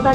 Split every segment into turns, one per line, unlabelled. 大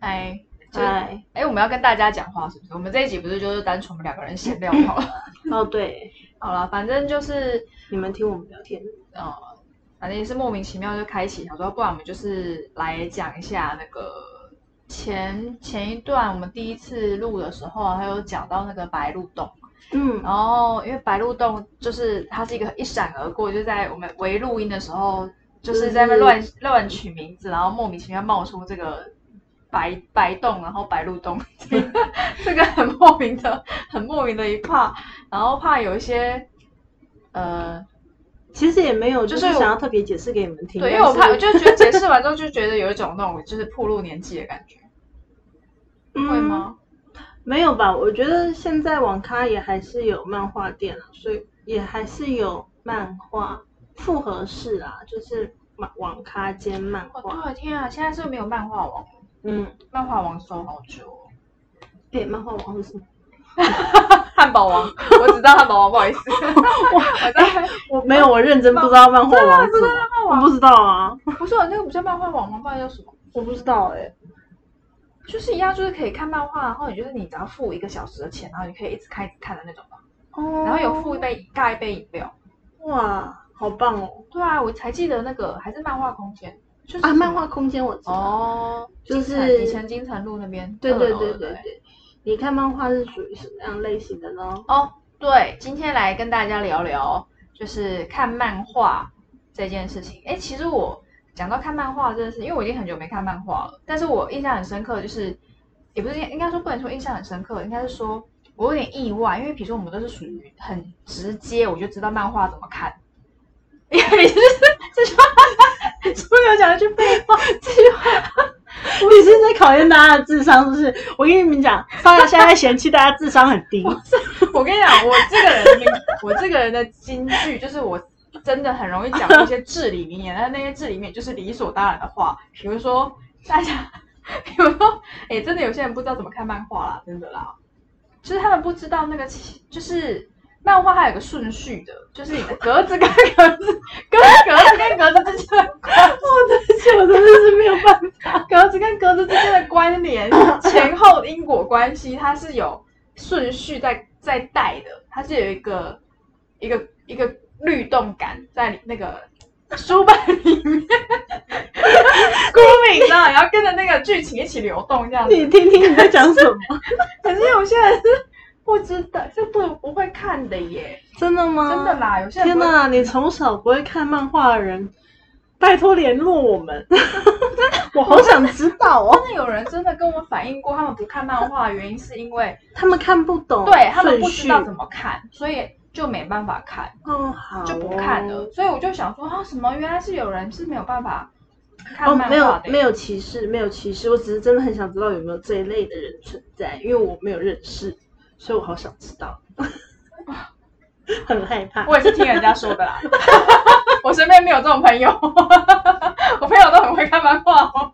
哎，就是
嗨，
哎，我们要跟大家讲话是不是？我们这一集不是就是单纯我们两个人闲聊好了？
哦对，
好了，反正就是
你们听我们聊天，
呃，反正也是莫名其妙就开启，想说不然我们就是来讲一下那个前前一段我们第一次录的时候啊，还有讲到那个白鹿洞，
嗯，
然后哦因为白鹿洞就是它是一个一闪而过，就在我们微录音的时候，就是在那边乱乱取名字，然后莫名其妙冒出这个白白洞，然后白鹿洞，这个很莫名的很莫名的一怕，然后怕有一些呃，
其实也没有，就
就是是
想要特别解释给你们听，
对，因为我
但
怕，
是
我就觉得解释完之后就觉得有一种那种就是暴露年纪的感觉，会？
嗯
吗？
没有吧？我觉得现在网咖也还是有漫画店啊，所以也还是有漫画复合式啊，就是网网咖兼漫
我
画，
的天啊，现在是不是没有漫画王，
嗯，
漫画王收好久哦。
对，漫画网是什么？
汉堡王，我只知道汉堡王，不好意 思，我我在
我没有，我认真不知道漫画
真的
网
不
是
知
什
道
么
漫画
我
王
不知道啊，
不是有那个不叫漫画网吗？不然叫什么？
我不知道哎、
就是一样，就是可以看漫画，然后你就是你只要付一个小时的钱，然后你可以一直看一直看的那种吧。
哦
然后有付一杯盖一杯饮料。
哇，好棒哦！
对啊，我才记得那个还是漫画空间，就是
啊，
什么
漫画空间我知道，
哦，
就
金城
是
以前金城路那边。嗯
对对
二楼
对嗯对
不
对，你看漫画是属于什么样类型的呢？
哦，对，今天来跟大家聊聊，就是看漫画这件事情。哎，其实我讲到看漫画这件事，因为我已经很久没看漫画了，但是我印象很深刻，就是也不是应应该说不能说印象很深刻，应该是说我有点意外，因为比如说我们都是属于很直接，我就知道漫画怎么看。 因为就是这句话， 是不是有讲了句废话？ 这句话
你是在考验大家的智商，是不是？我跟你们讲，方雅现在嫌弃大家智商很低，
我跟你讲，我这个人的，我这个人的金句就是我真的很容易讲出一些至理名言，但是那些至理名言就是理所当然的话，比如说大家， 比如说，哎、真的有些人不知道怎么看漫画啦，真的啦，就是他们不知道那个其，就是漫画它有个顺序的，就是你的格子跟 格子，跟格子跟格子之间的
而且我真的是没有办法。
格子跟格子之间的关联前后因果关系，它是有顺序在在带的，它是有一个一个一个律动感在里那个书本里面， 孤敏你知道，然后跟着那个剧情一起流动这样子。
你听听你在讲什么？
可是有些人是不知道，就不不会看的耶，
真的吗？
真的。啦，有些人
啊天
不会
哪，你从小不会看漫画的人，拜托联络我 们。我好想知道哦，
真的有人真的跟我反映过，他们不看漫画的原因是因为
他们看不懂，
对他们不知道怎
么，
么看，所以就没办法看。
哦，好哦，
就不看了，所以我就想说啊，什么原来是有人是没有办法看
哦，
漫
没
画
有
的耶，
没有歧视，没有歧视，我只是真的很想知道有没有这一类的人存在，因为我没有认识，所以我好想知 道，很害怕。
我也是听人家说的啦，我身边没有这种朋友，我朋友都很会看漫画哦，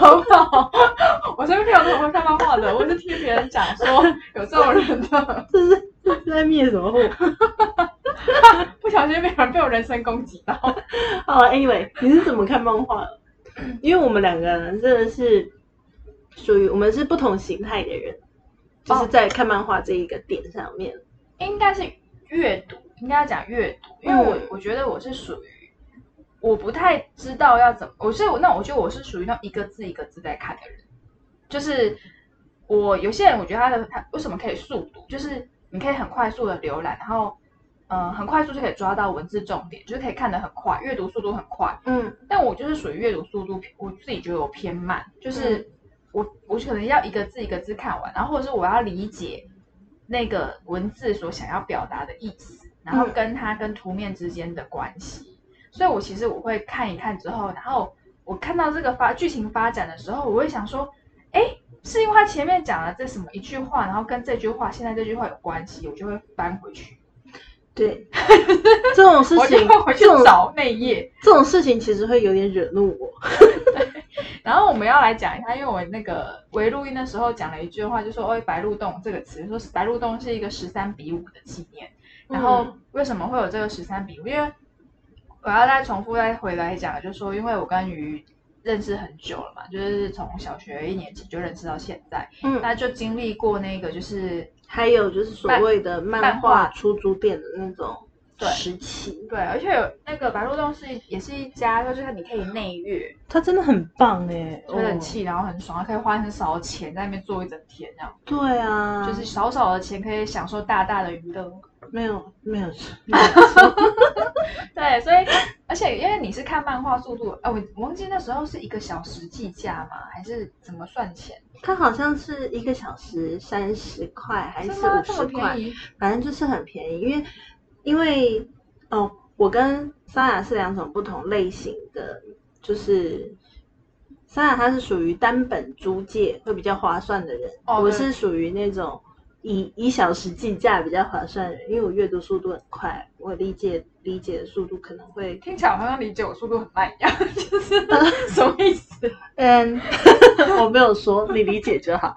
好不好？我身边朋友都很会看漫画的，我是听别人讲说有这种人的，
这是 这是在灭什么火？
不小心被人被我人身攻击到。
好了，Anyway，你是怎么看漫画 的？因为我们两个人真的是属于我们是不同形态的人，就是
哦
在看漫画这一个点上面。
应该是阅读，应该讲阅读，因为我、
嗯
我觉得我是属于我不太知道要怎么，我是那我觉得我是属于那种一个字一个字在看的人，就是我有些人我觉得他的他为什么可以速读，就是你可以很快速的浏览，然后呃很快速就可以抓到文字重点，就是可以看得很快，阅读速度很快，
嗯
但我就是属于阅读速度，我自己觉得我偏慢，
嗯
就是我我可能要一个字一个字看完，然后或者是我要理解那个文字所想要表达的意思，然
嗯
后跟它跟图面之间的关系。所以我其实我会看一看之后，然后我看到这个发剧情发展的时候，我会想说，哎，是因为他前面讲了这什么一句话，然后跟这句话现在这句话有关系，我就会翻回去，
对，这种事
我就
情
会回，去
这种
找那一页。
这种事情其实会有点惹怒我。
然后我们要来讲一下，因为我那个围录音的时候讲了一句话，就说“哦，白鹿洞”这个词，说白鹿洞是一个十三比五的纪念。然后
嗯
为什么会有这个十三比五？因为我要再重复再回来讲，就是说，因为我跟鱼认识很久了嘛，就是从小学一年级就认识到现在，
嗯，
那就经历过那个就是
还有就是所谓的漫
漫
画
画
出租店的那种
对
时期，
对，啊而且有那个白鹿洞是也是一家，就是你可以内阅，
它真的很棒哎、
吹冷气，然后很爽，可以花很少的钱在那边坐一整天这样。
哦对啊，
就是少少的钱可以享受大大的娱乐。
没有没有 错，
对，所以而且因为你是看漫画速度，哎、我我忘记那时候是一个小时计价吗？还是怎么算钱？
它好像是一个小时三十块还是
真的啊
五
这么
十块
便，宜？
反正就是很便宜，因为因为哦，我跟莎雅是两种不同类型的，就是莎雅她是属于单本租借会比较划算的人，
哦
我
对
是属于那种以以小时计价比较划算的人，因为我阅读速度很快，我理解理解的速度可能会
听起来我好像理解我速度很慢一样， 就是什么意思？
嗯， 我没有说，你理解就好。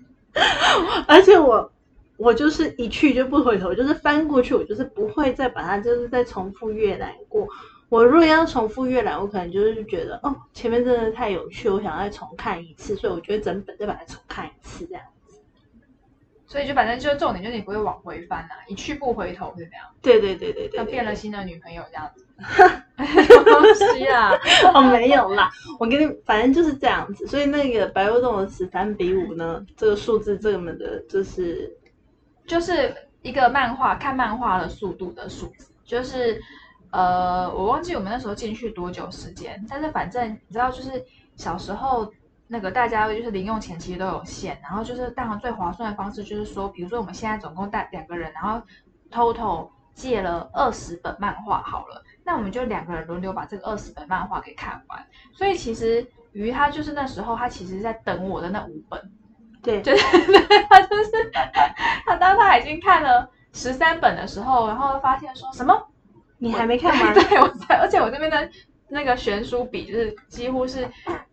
而且我我就是一去就不回头，就是翻过去，我就是不会再把它就是再重复阅览过。我如果要重复阅览，我可能就是觉得哦，前面真的太有趣，我想要再重看一次，所以我觉得整本再把它重看一次这样。
所以就反正就是重点就是你不会往回翻啊，一去不回头，对不对？
对对对对对
要
对
变了新的女朋友这样子。 东西啊，
哦，没有啦，我跟你反正就是这样子，所以那个白鹿洞的十三比五呢，这个数字这么的，就是
就是一个漫画看漫画的速度的数字，就是呃，我忘记我们那时候进去多久时间，但是反正你知道，就是小时候那个大家就是零用钱其实都有限，然后就是当然最划算的方式就是说，比如说我们现在总共带两个人，然后 total 借了二十本漫画好了，那我们就两个人轮流把这个二十本漫画给看完，所以其实。鱼他就是那时候，他其实在等我的那五本，
对
就是他就是他当他已经看了十三本的时候，然后发现说什么
你还没看完，
对我才，而且我这边的那个悬殊比就是几乎是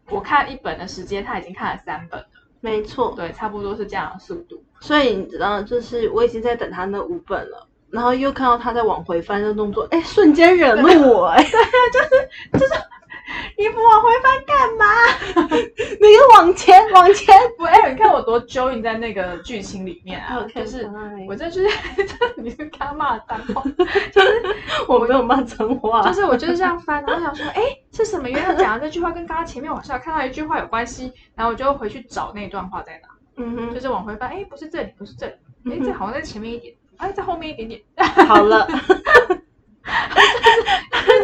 我看一本的时间，他已经看了三本了，
没错，
对，差不多是这样的速度。
所以你知道，就是我已经在等他那五本了，然后又看到他在往回翻的动作，哎，瞬间惹怒我， 哎，
你不往回翻干嘛？
你个往前往前。
不，哎、你看我多 join 在那个剧情里面啊就是
哎
我这就是 你是刚骂脏话，
我没有骂脏话
就，是我就是这样翻，然后想说，哎，是什么？原来讲的这句话跟刚刚前面我好像看到一句话有关系，然后我就回去找那段话在哪。
嗯
就
哼，
是往回翻，哎，不是这里，不是这里，哎，
嗯
这好像在前面一点，哎，在后面一点 点，
好 了，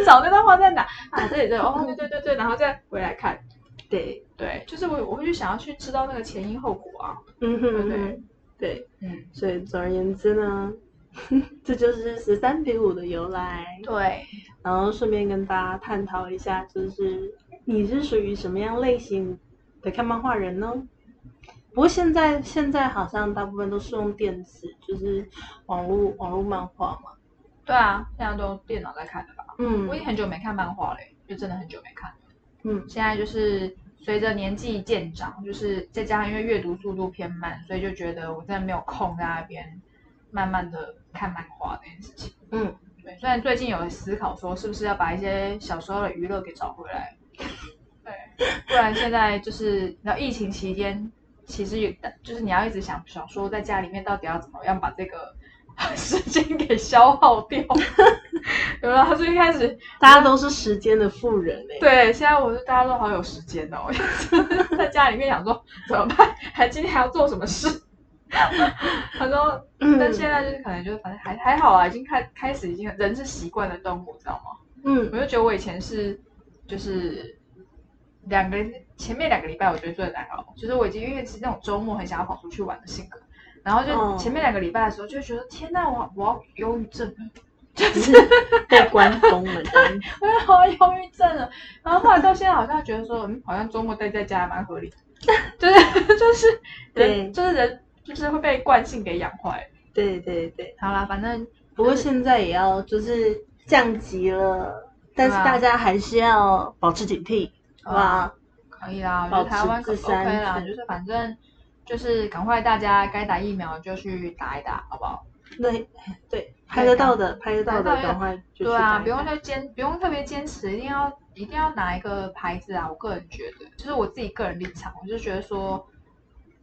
找那段话在哪啊？这里这里，哦，对对对对，然后再回来看，
对，
对，就是我我会去想要去知道那个前因后果啊，
嗯哼，
对不
嗯
对
哼？对，
嗯，
所以总而言之呢， 这就是十三比五的由来，
对，
然后顺便跟大家探讨一下，就是你是属于什么样类型的看漫画人呢？不过现在现在好像大部分都是用电子，就是网络网络漫画嘛。
对啊，现在都用电脑在看的吧？
嗯
我已经很久没看漫画嘞，就真的很久没看了。
嗯，
现在就是随着年纪渐长，就是再加上因为阅读速度偏慢，所以就觉得我真的没有空在那边慢慢的看漫画这件事情。
嗯，
对，虽然最近有思考说是不是要把一些小时候的娱乐给找回 来，对，不然现在就是然后疫情期间，其实有就是你要一直想想说在家里面到底要怎么样把这个 时间给消耗 掉。有了，最一开始
大家都是时间的富人哎、
对，现在我是大家都好有时间哦， 就是在家里面想说怎么办，还今天还要做什么事。 他说，但现在就是可能就是反正还还好啊，已经开开始已经人是习惯的动物，知道吗？
嗯
我就觉得我以前是就是两个前面两个礼拜我觉得最难熬，就是我已经因为是那种周末很想要跑出去玩的性格，然后
哦
就前面两个礼拜的时候就会觉得天呐，我我要忧郁症了，
就是被关封了这 样子。
我有啊好忧郁症了。然后后来到现在，好像觉得说，嗯，好像周末待在家蛮合理的， 就是 就是
对
人就是人就是会被惯性给养坏。
对对对，
好啦，反正
不过现在也要就是降级了，但是
对啊啊
大家还是要保持警惕，好吧？
可以啦，
保
我觉得
持
台湾可
自身
OK 啦，
安全
就是反正就是赶快大家该打疫苗就去打一打，好不好？
对对，拍得到的拍得到的，
拍得到的
赶快就去
对啊，
打一
不用
打
再坚，不用特别坚持，一定要一定要拿一个牌子啊！我个人觉得，就是我自己个人立场，我就觉得说，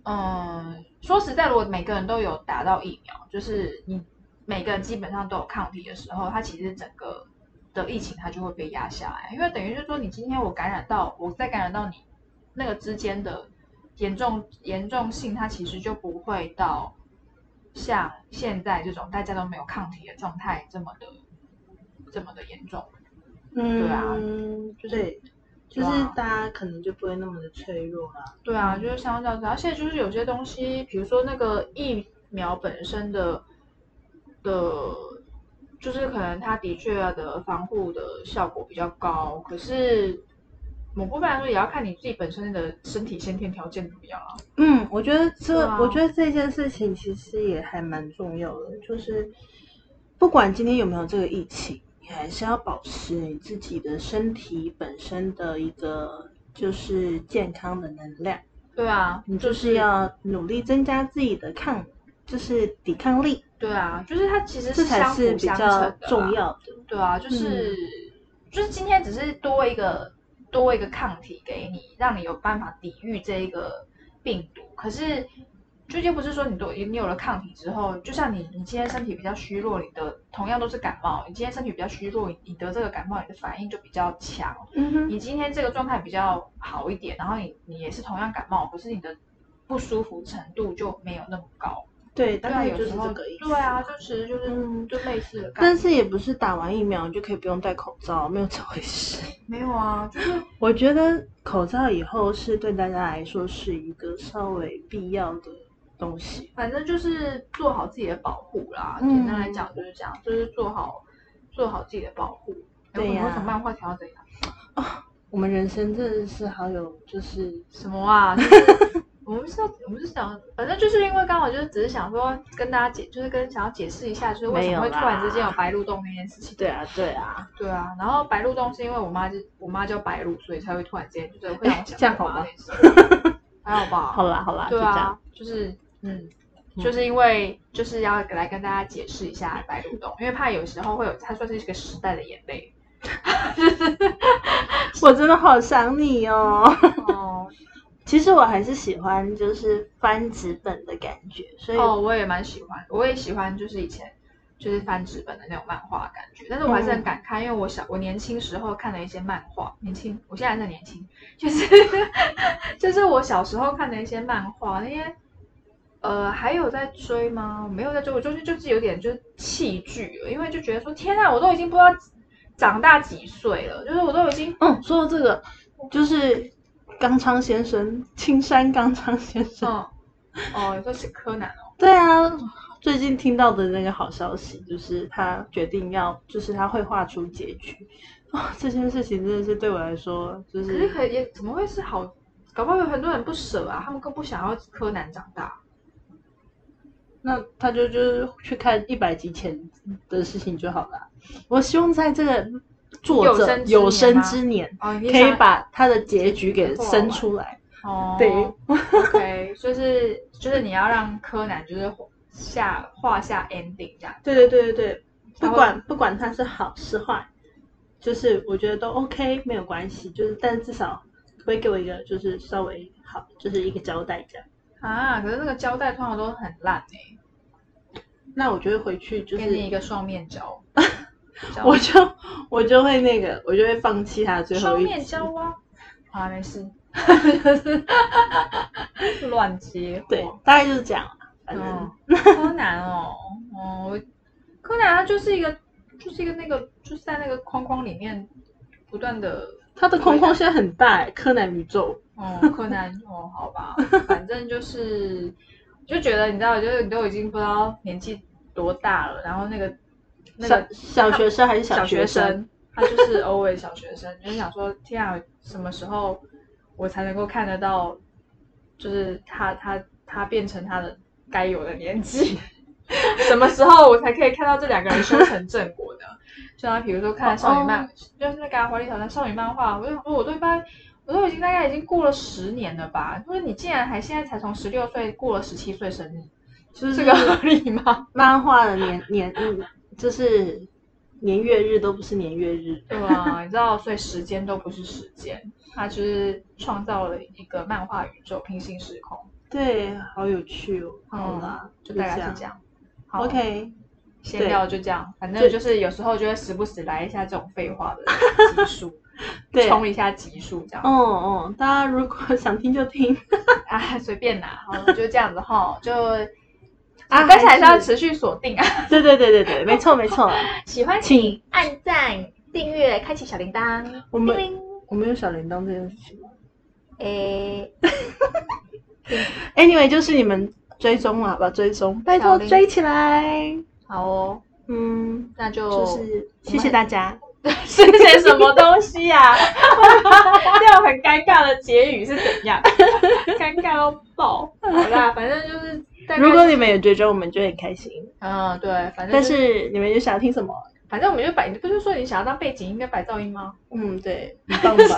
嗯，说实在，如果每个人都有打到疫苗，就是你每个人基本上都有抗体的时候，它其实整个的疫情它就会被压下来，因为等于是说，你今天我感染到，我再感染到你那个之间的严重严重性，它其实就不会到像现在这种大家都没有抗体的状态这么的这么的严重。对啊
嗯，对，就是
对啊
大家可能就不会那么的脆弱啦。
对啊，就是相较之下，而且就是有些东西，比如说那个疫苗本身的的，就是可能它的确的防护的效果比较高，可是某部分来说也要看你自己本身的身体先天条件怎么样啊。
嗯，我觉得
对
这，
啊
我觉得这件事情其实也还蛮重要的，就是不管今天有没有这个疫情，你还是要保持你自己的身体本身的一个就是健康的能量，
对啊，
你就是要努力增加自己的抗，就是抵抗力，
对啊，就是它其实
这才
相
是
辅
比
相成
较
的啊啦
重要的。
对啊，
嗯
就是、就是今天只是多一个多一个抗体给你，让你有办法抵御这一个病毒。可是，就又不是说你多你有了抗体之后，就像你你今天身体比较虚弱，你的同样都是感冒，你今天身体比较虚弱，你你得这个感冒，你的反应就比较强。
嗯哼，
你今天这个状态比较好一点，然后你你也是同样感冒，可是你的不舒服程度就没有那么高。
对，
对
大
啊，
概
有
就是
时候
这个意思。
对啊，就其实就是、
嗯
就类似的感觉。
但是也不是打完疫苗你就可以不用戴口罩，没有这回事。
没有啊，就是
我觉得口罩以后是对大家来说是一个稍微必要的东西。
反正就是做好自己的保护啦。
嗯
简单来讲就是这样，就是做好做好自己的保护。哎
对呀
我们从漫画调到这里啊
我们人生真的是好有，就是
什 么啊？就是我们是要，我们是想，反正就是因为刚好就是只是想说跟大家解，就是跟想要解释一下，就是为什么会
没有啦
突然之间有白鹿洞那件事情。
对啊，对啊，
对啊，然后白鹿洞是因为我妈就我妈叫白鹿，所以才会突然之间就是会让
哎
我想
这样
到我妈
好吗
那件事？还好 吧？
好啦好啦，
对
就这样。
啊，就是嗯，
嗯
就是因为就是要来跟大家解释一下白鹿洞，因为怕有时候会有它算是一个时代的眼泪。
我真的好想你哦。
哦
其实我还是喜欢就是翻纸本的感觉，所以、
哦，我也蛮喜欢，我也喜欢就是以前就是翻纸本的那种漫画的感觉，但是我还是很感慨，因为我小我年轻时候看了一些漫画，年轻，我现在还是很年轻，就是 就是我小时候看的一些漫画，那些。呃，还有在追吗？我没有在追，我就是就是有点就是弃剧了，因为就觉得说天啊，我都已经不知道长大几岁了，就是我都已经
嗯，说到这个，就是冈仓先生，青山冈仓先生。
嗯哦，你说是柯南哦，
对啊，最近听到的那个好消息就是他决定要，就是他会画出结局。啊、这件事情真的是对我来说，就
可是
是
可以也怎么会是好？搞不好有很多人不舍啊，他们更不想要柯南长大。
那他就就是去看一百集前的事情就好了。我希望在这个作者
有
有
生
生
之
之年，
哦，你也
可以
想
把他的结局给生出来。
哦，
对
，OK，就是就是你要让柯南就是下画下 ending 这样。
对对对对对，
然
不
后
管不管他是好是坏，就是我觉得都 OK，没有关系。就是但至少可以给我一个就是稍微好，就是一个交代这样。
啊，可是那个胶带通常都很烂哎、
那我就会回去，就
给你一
是
个双面 胶。胶
我就我就会那个，我就会放弃它最后
双
一
面
集
胶啊，好啊，没事， 乱接话
对，大概就是这样啦。反正、
嗯，柯南哦，哦，我柯南它就是一个，就是一个那个，就是在那个框框里面不断的，
它的框框现在很大、欸，柯南宇宙。
哦，柯南哦，好 吧，反正就是就觉得你知道，就是你都已经不知道年纪多大了，然后那个那
小小
个
学生还是
小
学
学？生，他就是 always 小学生， 就是想说，天啊，什么时候我才能够看得到，就是他他他变成他的该有的年 纪？什么时候我才可以看到这两个人修成正果呢？就像比如说看少女漫就是那个啊《华丽挑战》少女漫画，我就想说，我都一般，我都已经大概已经过了十年了吧？就是你竟然还现在才从十六岁过了十七岁生日，
就是
这个合理吗？
漫画的年年，嗯就是年月日都不是年月日。
对啊，你知道，所以时间都不是时间，它就是创造了一个漫画宇宙，平行时空，
对，好有趣哦。好啦，
嗯就
这
大概是
样。
这样。好
OK，
闲
对
聊就这样，反正
对
就是有时候就会时不时来一下这种废话 的集数，
对。
冲一下集数这样、
哦哦，大家如果 想听就听。
啊，随便拿，好，就这样子哈，就
啊
但是还是要
还是
持续锁定啊，
对对对对对，没错没 错。
喜欢
请
按赞、订阅、开启小铃铛，
我们
叮铃
我们有小铃铛这件事情吗
诶，
？Anyway，就是你们追踪啊，把追踪，拜
小
托
铃
追起来。
好哦，
嗯，
那就
就是谢谢大家。
是些什么东西 呀、这样很尴尬的结语是怎样？尴尬到爆！好啦，反正就是大概
如果你们有追踪，我们就很开心。
嗯对，反正、
但
是
是你们有想听什么？
反正我们就摆，你不是说你想要当背景音跟白噪音吗？
嗯，对，很棒 吧？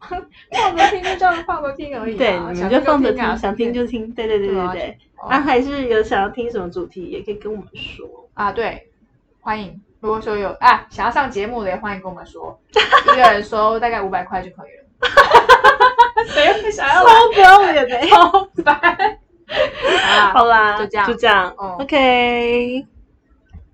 放着听就这样放着听而已、啊，
对，你们就放着听，想
想
听就
就
听。对对对
对
对
啊
对。
哦
啊，还是有想要听什么主题，也可以跟我们说。
啊对，欢迎。如果说有啊想要上节目的，也欢迎跟我们说，一个人收大概五百块就可以了。 谁会想要来
超哦不要 脸的。
超烦？好啦
好啦，
就这样
就这样。
哦
OK，